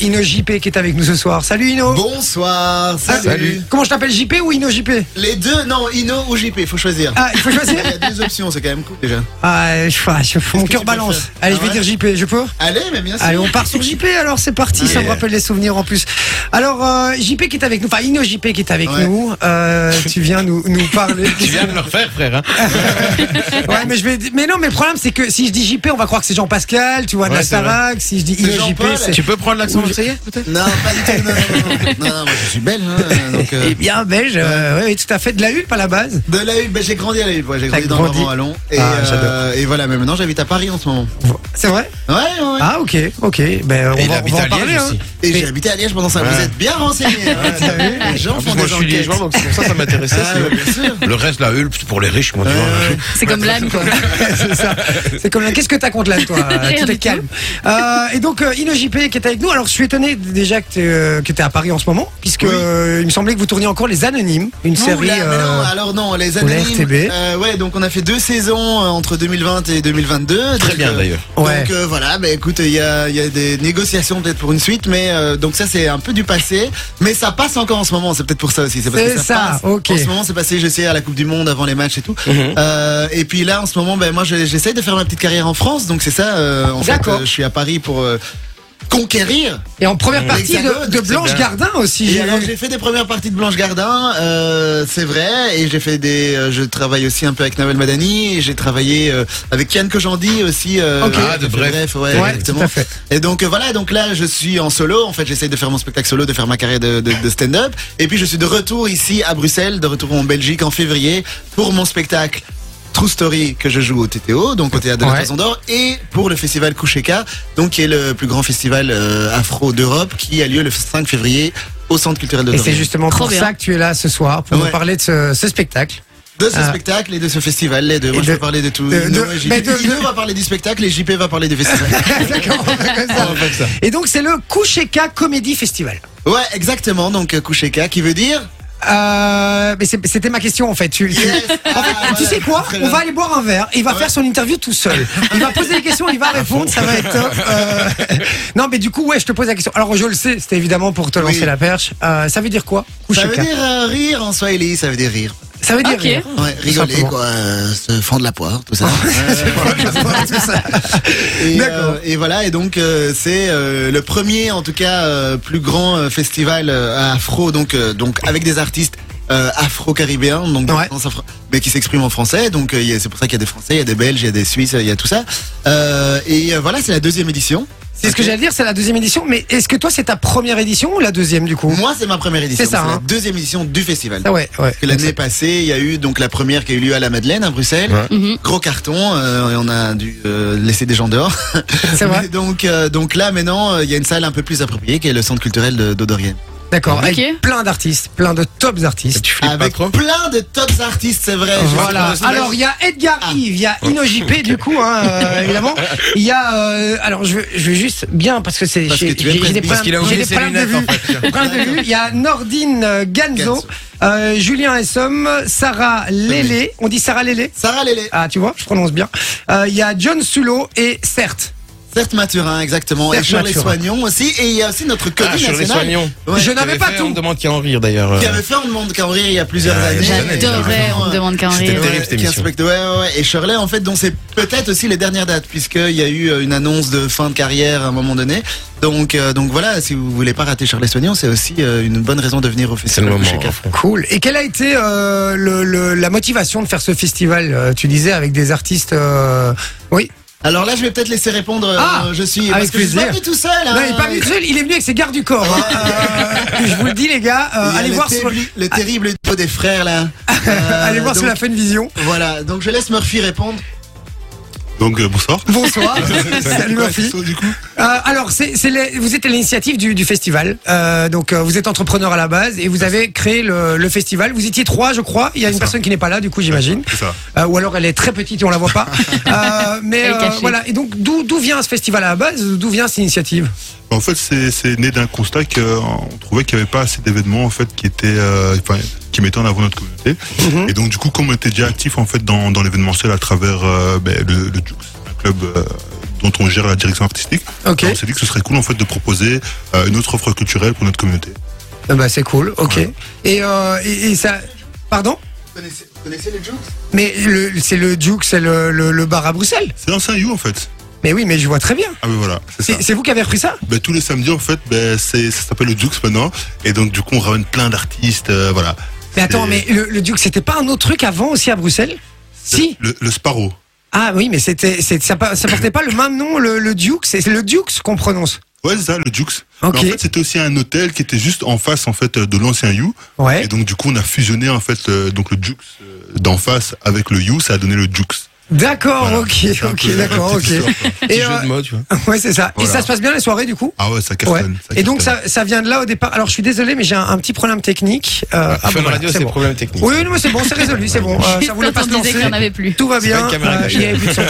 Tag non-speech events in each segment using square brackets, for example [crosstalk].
Ino JP qui est avec nous ce soir. Salut Ino. Bonsoir, salut. Comment je t'appelle JP ou Ino JP Les deux, non, Ino ou JP, faut choisir. Ah, il faut choisir [laughs] Il y a deux options, c'est quand même cool déjà. Ah, je, ah, je- mon que cœur tu balance. préfères Allez, Ah je vais ouais dire JP, je peux Allez, mais bien sûr. Allez, on part sur JP alors, c'est parti, ça me Yeah. rappelle des souvenirs en plus. Alors, euh, JP qui est avec nous, enfin Ino JP qui est avec Ouais. nous, euh, tu viens nous, nous parler. Tu viens de le refaire, frère. Hein ouais, mais, je vais, mais non, mais le problème c'est que si je dis JP, on va croire que c'est Jean-Pascal, tu vois, de Ouais, la c'est vrai. Starac. Si je dis Ino JP, Jean-Paul, c'est. tu peux [laughs] prendre l'accent marseillais Non, pas du tout. Non, non, non, non, non, moi je suis belge. [laughs] hein, donc, euh, Eh bien, belge, euh, ouais, tout à fait, de la hulpe à la base. de la Hulpe, bah, j'ai grandi à la Hulpe, ouais, j'ai grandi T'as dans grandi. le Grand Wallon. Et, Ah, euh, et voilà, mais maintenant j'habite à Paris en ce moment. C'est vrai Ouais, ouais. ouais. Ah, ok, ok. Ben, on il va, on habite va en à Liège parler. aussi. et j'ai habité à Liège pendant 5 ans. Vous Ouais. êtes bien renseignés. hein, t'as vu les gens En font plus, moi, des je suis enquêtes. liégeois, donc c'est pour ça que ça m'intéressait. Ah, ouais, bien sûr. Le reste, la hulpe, c'est pour les riches, moi, tu vois. C'est comme l'âme, quoi. [laughs] c'est ça. C'est comme qu'est-ce que t'as contre là, toi Tu Rien du t'es tout. calme. Euh, et donc euh, Ino JP qui est avec nous. Alors je suis étonné déjà que t'es euh, que t'es à Paris en ce moment, puisque Oui. euh, il me semblait que vous tourniez encore les Anonymes, une série. Oula, mais euh, non, alors non, les pour la anonymes. RTB. euh, ouais, donc on a fait deux saisons euh, entre 2020 et 2022. Très donc, bien, euh, d'ailleurs. Ouais. Donc euh, voilà, bah, écoute, il y a, il y a des négociations peut-être pour une suite, mais euh, donc ça c'est un peu du passé, mais ça passe encore en ce moment. C'est peut-être pour ça aussi. C'est parce C'est que ça, ça, passe. ok. En ce moment, c'est passé. Je sais à la Coupe du Monde avant les matchs et tout. Mhm. Euh, et puis là, en ce moment, ben moi, je- j'essaye de faire ma petite carrière en France, donc c'est ça. euh, en fait, D'accord. euh, je suis à Paris pour euh, conquérir Et en première partie de, Hexagone, de c'est Blanche bien. Gardin aussi. et j'ai alors vu. j'ai fait des premières parties de Blanche Gardin, euh, c'est vrai, et j'ai fait des, euh, je travaille aussi un peu avec Nawel Madani, et j'ai travaillé euh, avec Yann Kojandi aussi. euh, Ok. Ah, de Bref. ouais, Ouais, exactement. tout à fait. Et donc euh, voilà, donc là je suis en solo, en fait j'essaye de faire mon spectacle solo, de faire ma carrière de, de- de stand-up, et puis je suis de retour ici à Bruxelles, de retour en Belgique en février pour mon spectacle. True Story que je joue au TTO, donc au théâtre de Ouais. la Poisson d'Or, et pour le festival Koucheka, donc qui est le plus grand festival euh, afro d'Europe, qui a lieu le 5 février au Centre culturel de Et c'est Dordogne. justement Trop pour bien. ça que tu es là ce soir pour nous Ouais. parler de ce, ce spectacle. [laughs] De ce Ah. spectacle et de ce festival, les deux. Moi, Et je de- vais parler de tout. de- Ino de- et JP. mais de- Ino va parler du spectacle et JP va parler du [laughs] festival. D'accord. on fait comme ça. On fait ça. Et donc c'est le Koucheka Comedy Festival. Ouais, exactement. Donc, euh, Koucheka, qui veut dire Euh, mais c'est- c'était ma question en fait. Tu, tu- Yes. En fait, Ah, tu voilà. sais quoi Très On bien. va aller boire un verre et il va faire son interview tout seul. Il va poser des questions, il va répondre, ça va être top. Euh, [laughs] Non, mais du coup, ouais, je te pose la question. Alors, je le sais, c'était évidemment pour te lancer Oui. la perche. Euh, ça veut dire quoi Ça veut Koucheka dire euh, rire en swahili, ça veut dire rire. Ça veut dire Ok. rire. Ouais, rigoler, Mmh, simplement. Ah, quoi, euh, se fendre la poire, tout ça. [laughs] Euh, Et, D'accord. euh, et voilà, et donc euh, c'est euh, le premier, en tout cas, euh, plus grand euh, festival euh, afro, donc, euh, donc avec des artistes euh, afro-caribéens, donc des Ouais. gens afro- mais qui s'expriment en français. Donc euh, il y a- c'est pour ça qu'il y a des Français, il y a des Belges, il y a des Suisses, il y a tout ça. Euh, et euh, voilà, c'est la deuxième édition. C'est ce que j'allais dire, c'est la deuxième édition. Mais est-ce que toi, c'est ta première édition ou la deuxième du coup Moi, c'est ma première édition. C'est ça, hein. la deuxième édition du festival. Ah ouais, ouais. Parce que l'année passée, il y a eu donc la première qui a eu lieu à la Madeleine, à Bruxelles. Mhm. Gros carton, euh, et on a dû euh, laisser des gens dehors. C'est vrai. Mais [laughs] donc, euh, donc là, maintenant, euh, il y a une salle un peu plus appropriée qui est le centre culturel de d'Odorien. D'accord. Ok. Avec plein d'artistes, plein de tops artistes. Tu flippes pas Avec trop plein de tops artistes, c'est vrai. Je Voilà. Ah, vois- Alors il y a Edgar Yves, il y a Ino JP du coup, hein, euh, évidemment. Il y a euh, alors je veux, je veux juste bien parce que c'est Parce j'ai que tu es j'ai- j'ai des presbyte. problèmes, Parce qu'il a j'ai oublié des ses problèmes de lunettes, vue. en fait. Des problèmes de vue. Il y a Nordine euh, Ganzo, Ganzo. euh, Julien Essom, Sarah Lélé. On dit Sarah Lélé. Sarah Lélé, Ah tu vois, je prononce bien. Euh, Il y a John Sulo et certes. Certes Mathurin, exactement. Certes et Shirley Mathurin. Soignon aussi. Et il y a aussi notre comédie Ah, sur les nationale. soignons. Ouais, je Qui n'avais avait pas fait On tout. me demande qui en rire, d'ailleurs. euh. Qui avait fait On demande qu'à en rire il y a plusieurs Ah, il années. y a des années. [laughs] J'adorais, on me demande qu'un C'était rire. terrible. cette Qui émission. inspecte- ouais, ouais, ouais. Et Shirley, en fait, dont c'est peut-être aussi les dernières dates, puisqu'il y a eu euh, une annonce de fin de carrière à un moment donné. Donc, euh, donc voilà, si vous voulez pas rater Shirley Soignon, c'est aussi euh, une bonne raison de venir au C'est le festival. moment. hein. de Chacun. frère. Cool. Et quelle a été euh, le, le- la motivation de faire ce festival euh, Tu disais avec des artistes. euh, Oui. Alors là, je vais peut-être laisser répondre. euh, Ah, je suis avec parce que je suis plaisir. pas venu tout seul. hein. Non, il est pas venu tout seul, il est venu avec ses gardes du corps. hein. Euh, je vous le dis les gars, euh, Il y a allez le voir sur terrible- le terrible duo des frères là. [laughs] Euh, allez voir sur la donc, fin de vision. Voilà, donc je laisse Murphy répondre. Donc euh, bonsoir. Bonsoir. Salut ma fille. Bonsoir, Du coup, Euh, alors c'est c'est les- vous êtes à l'initiative du, du festival. Euh, donc euh, vous êtes entrepreneur à la base et vous avez créé le, le festival. Vous étiez trois je crois. Il y a une ça. personne qui n'est pas là du coup j'imagine. c'est ça. Euh, ou alors elle est très petite et on la voit pas. Euh, mais Elle est euh, cachée. voilà. Et donc d'où d'où vient ce festival à la base D'où vient cette initiative En fait, c'est c'est né d'un constat qu'on trouvait qu'il n'y avait pas assez d'événements en fait qui étaient, euh, enfin, qui mettaient en avant notre communauté. Mhm. Et donc du coup, comme on était déjà actif en fait dans, dans l'événementiel à travers euh, ben, le, le Jux, un club euh, dont dont on gère la direction artistique. Ok. Et On s'est dit que ce serait cool en fait de proposer euh, une autre offre culturelle pour notre communauté. Ah bah, c'est cool, ok. Et, euh, et, et ça. Pardon connaissez, vous connaissez les jokes Mais le- c'est le Duke, c'est le, le- le bar à Bruxelles C'est l'ancien You en fait. Mais oui, mais je vois très bien. Ah ben voilà, c'est ça. C'est c'est vous qui avez repris ça Ben, tous les samedis en fait, ben, c'est- ça s'appelle le Dux maintenant. Et donc du coup on ramène plein d'artistes, euh, voilà. Mais attends, C'est mais le, le Duke, c'était pas un autre truc avant aussi à Bruxelles le- Si Le, le Sparrow. Ah oui, mais c'était, c'est- ça, pa- ça portait pas le même nom, le, le Duke C'est c'est le Duke qu'on prononce. Ouais, c'est ça, le Dux. Ok. Mais En fait, c'était aussi un hôtel qui était juste en face en fait de l'ancien You. Ouais. Et donc du coup, on a fusionné en fait euh, donc le Dux euh, d'en face avec le You, ça a donné le Dux. D'accord, Voilà. ok, C'est un ok, peu la d'accord, ok. petite histoire. Et Petit jeu euh, [laughs] de mots, tu vois. ouais, c'est ça. Et Voilà. ça se passe bien les soirées du coup Ah ouais, ça Ouais. cartonne. Et donc cartonne. ça, ça vient de là au départ. Alors je suis désolé, mais j'ai un, un petit problème technique. Euh, ah, Fun bon, voilà, Radio, c'est c'est bon. problème technique. Oui, non, mais c'est bon, c'est résolu, c'est [laughs] bon. Euh, ça voulait pas se disait qu'il lancer. n'y en avait plus. Tout va C'est pas bien. une caméra euh, cachée. il y avait plus de son.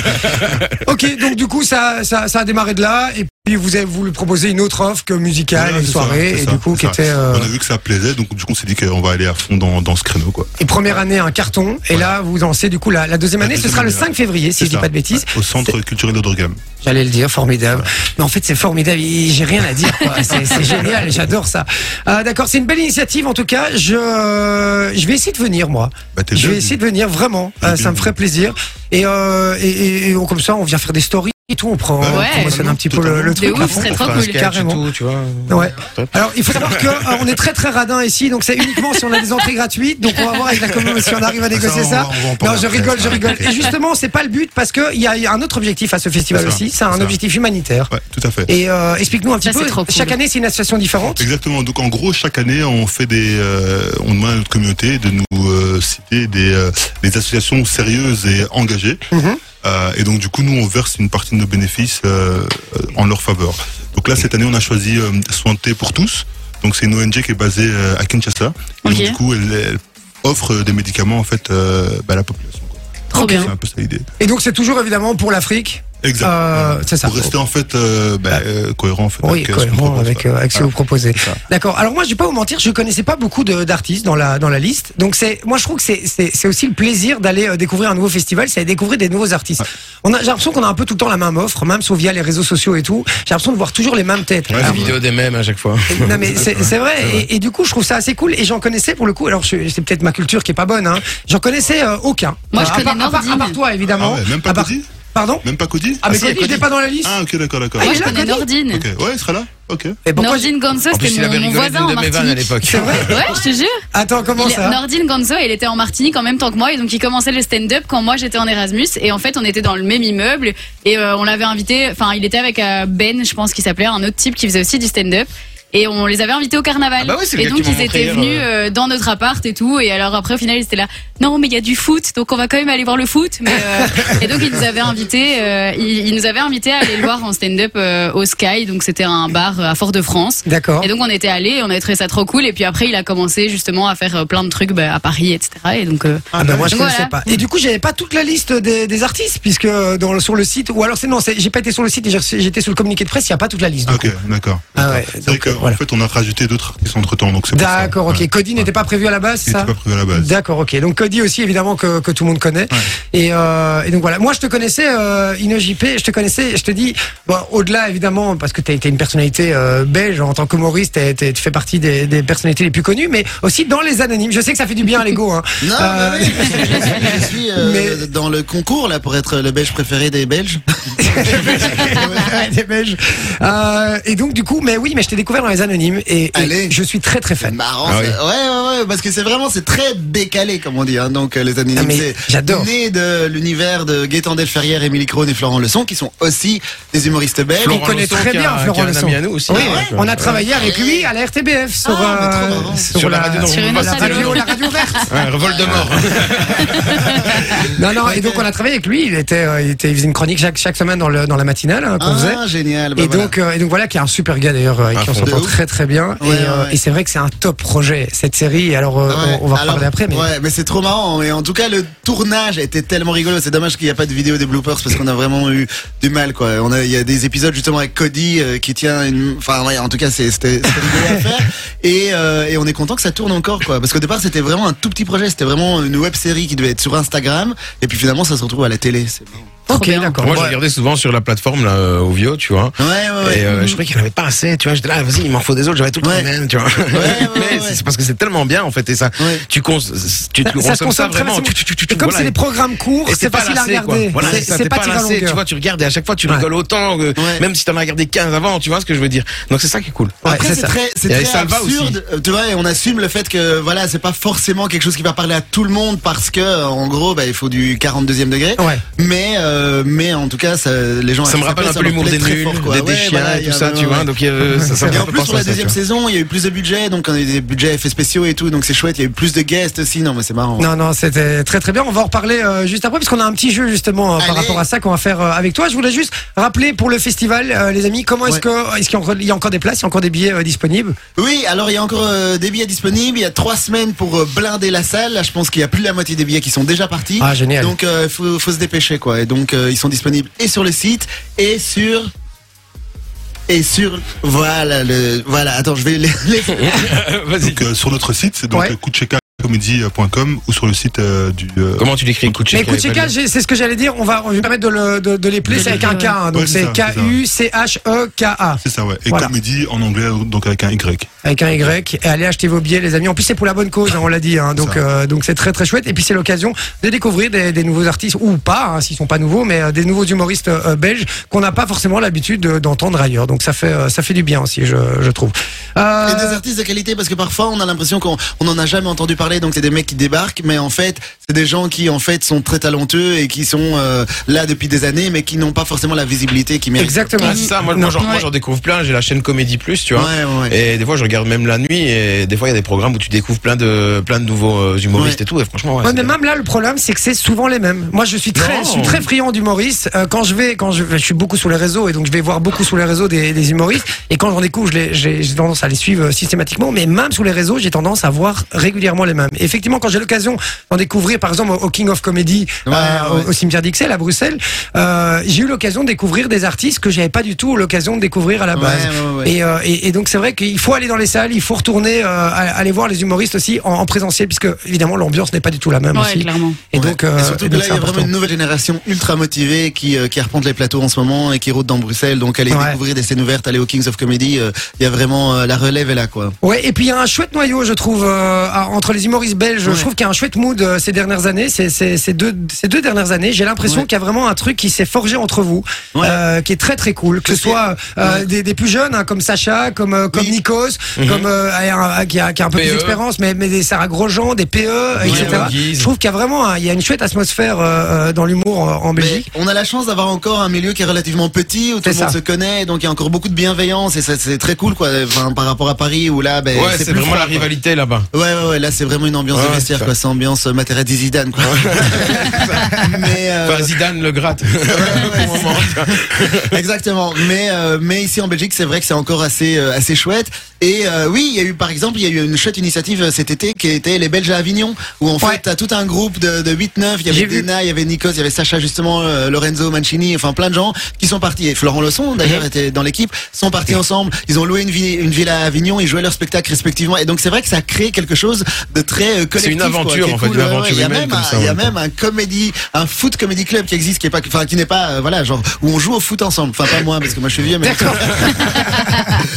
[laughs] ok, donc du coup ça, ça, ça a démarré de là et puis vous avez voulu proposer une autre offre que musicale, Ouais, une c'est soirée ça, et c'est du ça, coup c'est qui ça. était euh, On a vu que ça plaisait, donc du coup on s'est dit qu'on va aller à fond dans, dans ce créneau quoi. et première année un carton et là vous lancez du coup la, la deuxième La année. ce deuxième sera le année, 5 février si C'est je dis ça. pas de bêtises. Ouais, Au centre culturel de Drogam. J'allais le dire, formidable. Mais en fait, c'est formidable. et J'ai rien à dire. quoi. C'est c'est [laughs] génial. J'adore ça. Ah, D'accord, c'est une belle initiative en tout cas. Je, je vais essayer de venir moi. Bah, t'es Je vais bien. essayer de venir vraiment. T'es Ah, bien. ça me ferait plaisir. Et, euh, et, et- et on- comme ça, on vient faire des stories et tout. On prend, Bah Ouais, on promotionne un petit peu le, le De truc. ouf, à ce fond. serait trop Enfin, cool. un sketch et Carrément. tout, tu vois. Ouais. Top. Alors, il faut savoir que euh, on est très très radin ici, donc c'est uniquement si on a des entrées gratuites. Donc, on va voir avec la commune si on arrive à négocier Ah, Ça, ça. on va- on va en Non, parler je après, rigole, je ça. rigole. Et justement, c'est pas le but parce que il y a un autre objectif à ce festival C'est ça, aussi. C'est un c'est ça. objectif humanitaire. [laughs] Ouais, tout à fait. Et euh, explique-nous un petit Ça, c'est peu. trop cool. Chaque année, c'est une association différente. Exactement. Donc en gros, chaque année, on fait des, euh, on demande à notre communauté de nous euh, citer des, euh, des associations sérieuses et engagées. Mhm. Euh, et donc du coup, nous, on verse une partie de nos bénéfices euh, euh, en leur faveur. Donc là, cette année, on a choisi euh, Sointé pour tous. Donc c'est une ONG qui est basée euh, à Kinshasa. Et donc, Ok. du coup, elle, elle offre des médicaments en fait euh, bah, à la population. quoi. Trop bien. C'est un peu ça l'idée. Et donc, c'est toujours évidemment pour l'Afrique. Exact. Euh, Voilà. c'est ça. Pour rester en fait euh, bah, euh, cohérent en fait. Oui, avec, euh, ce qu'on cohérent propose, avec, quoi. euh, avec ce que Voilà. vous proposez. C'est ça. D'accord. Alors moi, je vais pas vous mentir, je connaissais pas beaucoup de- d'artistes dans la dans la liste. Donc c'est, moi, je trouve que c'est c'est c'est aussi le plaisir d'aller euh, découvrir un nouveau festival, c'est aller découvrir des nouveaux artistes. On a, j'ai l'impression qu'on a un peu tout le temps la même offre, même si on via les réseaux sociaux et tout. J'ai l'impression de voir toujours les mêmes têtes. Ouais, Alors, c'est La vidéo des mêmes à chaque fois. non mais c'est c'est vrai et, et du coup je trouve ça assez cool et j'en connaissais pour le coup alors je- c'est peut-être ma culture qui est pas bonne hein j'en connaissais euh, aucun Moi, je à connais part, à, part, à part Nordine. toi évidemment Ah ouais, même pas À part- Cody pardon Même pas Cody euh, bah. ah mais si, Cody, je Cody. l'ai pas dans la liste Ah ok d'accord d'accord. Ah, Moi, il je l'a connais connu. Nordine. Ok, ouais, il sera là. Ok. et pourquoi j'ai- Nordine Ganso, En plus, c'était il mon, avait mon rigolé voisin d'une en de mes vannes à Martinique. l'époque. c'est vrai [laughs] Ouais, je te jure. attends comment Il- ça Nordine Ganzo, elle était en Martinique en même temps que moi, et donc il commençait le stand-up quand moi j'étais en Erasmus, et en fait on était dans le même immeuble, et euh, on l'avait invité, enfin il était avec euh, Ben, je pense qu'il s'appelait, un autre type qui faisait aussi du stand-up. Et on les avait invités au carnaval. Ah bah oui, c'est le et gars donc qui m'a ils montré étaient hier, venus euh, dans notre appart et tout. Et alors après au final ils étaient là. Non mais il y a du foot, donc on va quand même aller voir le foot. Mais, euh, et donc ils nous avaient invités, euh, ils, ils nous avaient invités à aller le voir en stand-up euh, au Sky. Donc c'était un bar euh, à Fort-de-France. d'accord Et donc on était allés, on avait trouvé ça trop cool. Et puis après, il a commencé justement à faire euh, plein de trucs bah, à Paris, etc. Et donc euh, Ah bah moi je Donc connaissais pas. voilà. Et du coup j'avais pas toute la liste des, des artistes puisque euh, dans, sur le site ou alors c'est non c'est- j'ai pas été sur le site et j'ai reçu- j'étais sur le communiqué de presse il y a pas toute la liste. du Ok, coup. d'accord. Ah d'accord. ouais, C'est donc, vrai qu'en voilà. fait, on a rajouté d'autres artistes entre temps, donc c'est pour ça. D'accord ok. Ouais. Cody n'était pas prévu à la base Il c'est était ça. pas prévu à la base. D'accord ok. Donc Cody aussi évidemment que, que tout le monde connaît. Et, euh, et donc voilà. Moi je te connaissais euh, Ino JP, je te connaissais je te dis bon au-delà évidemment parce que t'as été une personnalité euh, belge en tant qu'humoriste t'es- t'es- tu fais partie des, des personnalités les plus connues mais aussi dans les anonymes. Je sais que ça fait du bien à l'ego hein. Non, Euh, mais oui, parce que je suis, je suis, [laughs] euh, Mais- dans le concours là pour être le Belge préféré des Belges. [laughs] Ouais, des Belges. Euh, et donc du coup, mais oui, mais je t'ai découvert dans les anonymes et, et Allez. je suis très très C'est fan. marrant. Ah oui. ça. Ouais, ouais, ouais, parce que c'est vraiment, c'est très décalé, comme on dit. Hein. Donc, euh, les anonymes, Ah, mais c'est j'adore. né de l'univers de Gaëtan Delferrière, Émilie Krohn et Florent Leçon, qui sont aussi des humoristes belges. Florent connaît Leçon, très qui a- bien qui a Florent un Leçon. ami à nous aussi. hein, Oui, Ouais, ouais. quoi. on a travaillé avec lui à la RTBF sur, Ah, mais trop euh, marrant. Sur la radio Sur une la autre euh, radio, radio. la [laughs] radio verte. Un Voldemort. Non, non, et donc on a travaillé avec lui. Il était, euh, il, était- il faisait une chronique chaque, chaque semaine dans, le, dans la matinale hein, qu'on faisait. Ah, génial. bah et, voilà. donc, euh, et donc voilà, qui est un super gars d'ailleurs, euh, avec Ah, qui on fond. s'entend De ouf. très très bien. et Ouais, euh, ouais. et c'est vrai que c'est un top projet cette série. Alors euh, Ouais. on, on va Alors, reparler après, mais Ouais, mais c'est trop marrant. Et en tout cas, le tournage a été tellement rigolo. C'est dommage qu'il n'y a pas de vidéo des bloopers parce qu'on a vraiment eu du mal, quoi. On a, il y a des épisodes justement avec Cody euh, qui tient une, enfin, ouais, en tout cas, c'est- c'était c'était rigolo à [laughs] faire. Et, euh, et on est content que ça tourne encore, quoi. Parce qu'au départ, c'était vraiment un tout petit projet. C'était vraiment une web série qui devait être sur Instagram. Et puis finalement, ça se retrouve à la télé. C'est marrant. Trop Ok, bien. d'accord. Moi, je Ouais. regardais souvent sur la plateforme, là, euh, Ovio, tu vois. Ouais, ouais, ouais. Et euh, Mm. je croyais qu'il n'y en avait pas assez, tu vois. J'étais là, ah, vas-y, il m'en faut des autres, j'avais tout le temps Ouais. les mêmes, tu vois. ouais, [laughs] ouais, Mais c'est ouais. c'est parce que c'est tellement bien, en fait, et ça, Ouais. tu, cons tu, tu Ça- ça se consommes ça consomme très vraiment. facilement. Tu, tu, tu, tu, Et comme voilà, c'est des et- programmes courts, et c'est pas facile à lassé, quoi. regarder. Voilà, C'est- c'est ça, c'est t'es pas pas tiré à lassé, tu longueur. vois, tu regardes et à chaque fois tu rigoles autant, que- Ouais. même si t'en as regardé 15 avant, tu vois ce que je veux dire. Donc c'est ça qui est cool. Ouais, Après, c'est c'est ça. très, c'est Et très ça va aussi. absurde, euh, tu vois, et on assume le fait que, voilà, c'est pas forcément quelque chose qui va parler à tout le monde parce que, euh, en gros, bah, il faut du 42e degré. Ouais. Mais, euh, mais en tout cas, ça, les gens. Ça me ça rappelle plaît, un ça peu leur l'humour plaît des très nuls, fort, quoi. des, des Ouais, chiens voilà, et y tout a ça, vraiment- tu vois. Donc euh, ça, ça me Et en fait plus, penser pour à la ça, tu deuxième vois. saison, il y a eu plus de budget, donc on a eu des budgets effets spéciaux et tout, donc c'est chouette. Il y a eu plus de guests aussi, non, mais c'est marrant. Non, non, c'était très très bien. On va en reparler euh, juste après, puisqu'on a un petit jeu justement euh, par Allez. rapport à ça qu'on va faire euh, avec toi. Je voulais juste rappeler pour le festival, euh, les amis, comment est-ce Ouais. que est-ce qu'il y a encore- il y a encore des places, il y a encore des billets euh, disponibles Oui, alors il y a encore euh, des billets disponibles. Il y a trois semaines pour euh, blinder la salle. Là, je pense qu'il y a plus de la moitié des billets qui sont déjà partis. Ah, génial. Donc, euh, faut, faut se dépêcher, quoi. Et donc, euh, ils sont disponibles et sur le site et sur et sur voilà le voilà. Attends, je vais les, [laughs] les- Vas-y. Donc euh, sur notre site, c'est donc Ouais. euh, kutchekacomédie.com ou sur le site euh, du. euh, Comment tu l'écris Kuchika Mais écoute, et Cheka, Palais j'ai- c'est ce que j'allais dire. On va, je vais me permettre de, le, de, de les placer De avec le- un K. hein. donc Ouais, c'est c'est ça, c'est ça. E K-U-C-H-E-K-A. C'est ça, ouais. Et Voilà. comédie en anglais, donc avec un Y. Avec un Y. Et allez acheter vos billets, les amis. En plus, c'est pour la bonne cause, hein, on l'a dit. hein. donc, Ça. euh, donc c'est très très chouette. Et puis, c'est l'occasion de découvrir des, des nouveaux artistes, ou pas, hein, s'ils sont pas nouveaux, mais euh, des nouveaux humoristes euh, belges qu'on n'a pas forcément l'habitude de- d'entendre ailleurs. Donc, ça fait, euh, ça fait du bien aussi, je, je trouve. Euh, et des artistes de qualité parce que parfois on a l'impression qu'on on n'en a jamais entendu parler. Donc c'est des mecs qui débarquent, mais en fait c'est des gens qui en fait sont très talentueux et qui sont euh, là depuis des années, mais qui n'ont pas forcément la visibilité qui méritent. exactement. Ah, c'est ça, moi, moi, j'en- moi, j'en découvre plein, j'ai la chaîne Comédie Plus, tu vois. Ouais, ouais, ouais. Et des fois je regarde même la nuit et des fois il y a des programmes où tu découvres plein de plein de nouveaux euh, humoristes Ouais. et tout et franchement ouais, Ouais, c'est- mais même là, le problème, c'est que c'est souvent les mêmes. Moi, je suis très, Non. je suis très friand d'humoristes. Euh, quand je vais, quand je, je suis beaucoup sur les réseaux et donc je vais voir beaucoup sur les réseaux des, des humoristes. Et quand j'en découvre, je les- j'ai j'ai tendance à les suivre euh, systématiquement. Mais même sur les réseaux, j'ai tendance à voir régulièrement les mêmes. Et effectivement, quand j'ai l'occasion d'en découvrir, par exemple, au King of Comedy, euh, Ouais, ouais. au- au cimetière d'Ixelles à Bruxelles, euh, j'ai eu l'occasion de découvrir des artistes que j'avais pas du tout l'occasion de découvrir à la Ouais, base. ouais, ouais. Et, euh, et, et donc c'est vrai qu'il faut aller dans les salles, il faut retourner euh, à- aller voir les humoristes aussi en, en présentiel, puisque évidemment l'ambiance n'est pas du tout la même Ouais, aussi. clairement. Et Ouais. donc, euh, Et surtout et que donc là, c'est il y a important. vraiment une nouvelle génération ultra motivée qui, euh, qui arpente les plateaux en ce moment et qui rôde dans Bruxelles. Donc, allez Ouais. découvrir des scènes ouvertes, aller au Kings of Comedy. euh, Il y a vraiment euh, la relève est là, quoi. Ouais, et puis il y a un chouette noyau, je trouve, euh, à- entre les humoristes belges. Je Ouais. trouve qu'il y a un chouette mood euh, ces dernières années, ces, ces, ces, deux, ces deux dernières années. J'ai l'impression Ouais. qu'il y a vraiment un truc qui s'est forgé entre vous, Ouais. euh, qui est très très cool. Que ce Parce soit que- euh, Ouais. des, des plus jeunes, hein, comme Sacha, comme, euh, comme Oui. Mhm. E. Nikos, comme euh, un- un- qui, a, qui a un peu plus PE. d'expérience, mais, mais des Sarah Grosjean, des PE, etc. Guise. Je trouve qu'il y a vraiment un- il y a une chouette atmosphère euh, euh, dans l'humour en, en Mais Belgique. on a la chance d'avoir encore un milieu qui est relativement petit où tout C'est le monde ça. se connaît, donc il y a encore beaucoup de bienveillance et ça c'est très cool quoi. Enfin, par rapport à Paris où là, ben Ouais, c'est c'est plus vraiment froid, la quoi. rivalité là-bas. Ouais, ouais, ouais, là c'est vraiment une ambiance de Ouais, vestiaire ça. quoi, c'est ambiance euh, Materazzi Zidane quoi. [laughs] Mais euh, Enfin, Zidane le gratte. Exactement. Mais euh, mais ici en Belgique, c'est vrai que c'est encore assez euh, assez chouette. Et euh, oui, il y a eu par exemple, il y a eu une chouette initiative euh, cet été qui était les Belges à Avignon, où en Ouais. fait t'as tout un groupe de, de 8-9, il y J'ai avait vu. Dena, il y avait Nikos, il y avait Sacha justement, euh, Lorenzo Mancini, enfin plein de gens qui sont partis. Et Florent Leçon d'ailleurs Mhm. était dans l'équipe, sont partis ensemble. Ils ont loué une, vi- une ville à Avignon, ils jouaient leur spectacle respectivement. Et donc c'est vrai que ça crée quelque chose de très euh, collectif. C'est une quoi, aventure, qui est en fait, cool. une Ouais, ouais, aventure Il y a humaine même comme un- ça, en il y a même temps. même un comédie, un foot comedy club qui existe, qui est pas, enfin qui n'est pas, euh, voilà, genre où on joue au foot ensemble. Enfin pas moi parce que moi je suis vieux, mais [laughs]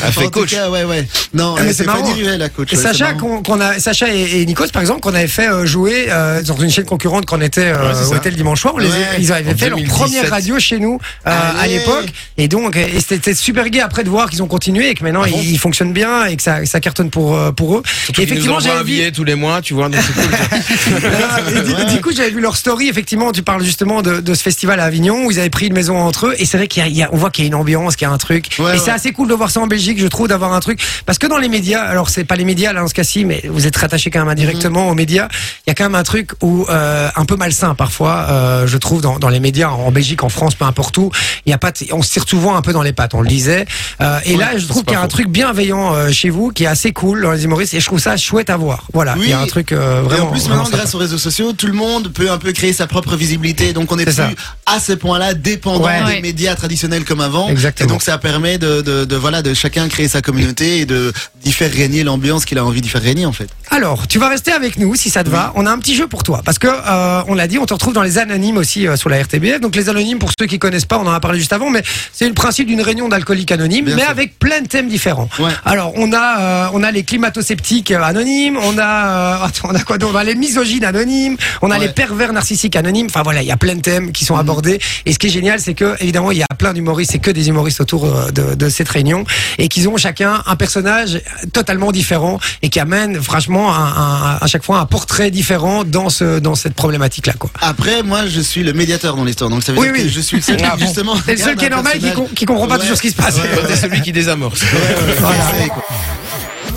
Elle Enfin, fait en tout coach. cas, ouais, ouais. Non, Ah, mais euh, c'est c'est marrant. Fanny Ruel, la coach. Et ouais, c'est Sacha, marrant. qu'on, qu'on a, Sacha et, et Nikos, par exemple, qu'on avait fait euh, jouer euh, dans une chaîne concurrente qu'on était euh, Ouais, c'est au ça. hôtel dimanche soir. On les a- Ouais, ils avaient en fait leur 2017. première radio chez nous euh, à Allez. l'époque. Et donc, et c'était, c'était super gai après de voir qu'ils ont continué et que maintenant Ah bon ils, ils fonctionnent bien et que ça, ça cartonne pour, euh, pour eux. Et effectivement, j'ai un billet tous les mois, tu vois, donc c'est cool. Ah, Et du, du coup, j'avais vu leur story. Effectivement, tu parles justement de, de ce festival à Avignon où ils avaient pris une maison entre eux. Et c'est vrai qu'il y a- il y a- on voit qu'il y a une ambiance, qu'il y a un truc. Ouais, et ouais. c'est assez cool de voir ça en Belgique, je trouve, d'avoir un truc. Parce que dans les médias, alors c'est pas les médias là en ce cas-ci, mais vous êtes rattaché quand même indirectement Mhm. aux médias. Il y a quand même un truc où euh, un peu malsain parfois, euh, je trouve, dans, dans les médias en Belgique, en France, peu importe où. Il y a pas, de- on se tire souvent un peu dans les pattes. On le disait. Euh, et là, je trouve c'est qu'il y a pas un faux. truc bienveillant bienveillant euh, chez vous qui est assez cool dans les humoristes et je trouve ça chouette à voir. Voilà, Oui. il y a un truc euh, Et vraiment. en plus, vraiment maintenant, sympa. grâce aux réseaux sociaux, tout le monde peut un peu créer sa propre visibilité. Donc, on n'est C'est plus ça. à ce point-là dépendant Ouais. des Ouais. médias traditionnels comme avant. Exactement. Et donc, ça permet de, de, de, voilà, de chacun créer sa communauté et de d'y faire régner l'ambiance qu'il a envie d'y faire régner, en fait. Alors, tu vas rester avec nous si ça te va. On a un petit jeu pour toi parce que euh, on l'a dit, on te retrouve dans les anonymes aussi euh, sur la RTBF. Donc les anonymes pour ceux qui connaissent pas, on en a parlé juste avant, mais c'est le principe d'une réunion d'alcooliques anonymes, Bien mais sûr. avec plein de thèmes différents. Ouais. Alors on a euh, on a les climato-sceptiques euh, anonymes, on a euh, [laughs] attends, on a quoi d'autre On a les misogynes anonymes, on a Ouais. Mhm. les pervers narcissiques anonymes. Enfin voilà, il y a plein de thèmes qui sont abordés. Et ce qui est génial, c'est que évidemment il y a plein d'humoristes, c'est que des humoristes autour euh, de, de cette réunion et qu'ils ont chacun un personnage totalement différent et qui amène franchement un- un- à chaque fois un portrait différent dans ce dans cette problématique là quoi. Après, moi, je suis le médiateur dans l'histoire. Donc, ça veut Oui, dire oui. que je suis le seul, qui, Ah bon. justement. C'est le seul qui est garde normal un et qui, bah, personnage. com- qui comprend pas Ouais. toujours ce qui se passe. Euh, Toi, t'es celui qui désamorce. Ouais, ouais, ouais. Voilà. C'est-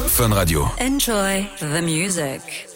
Fun Radio. Enjoy the music.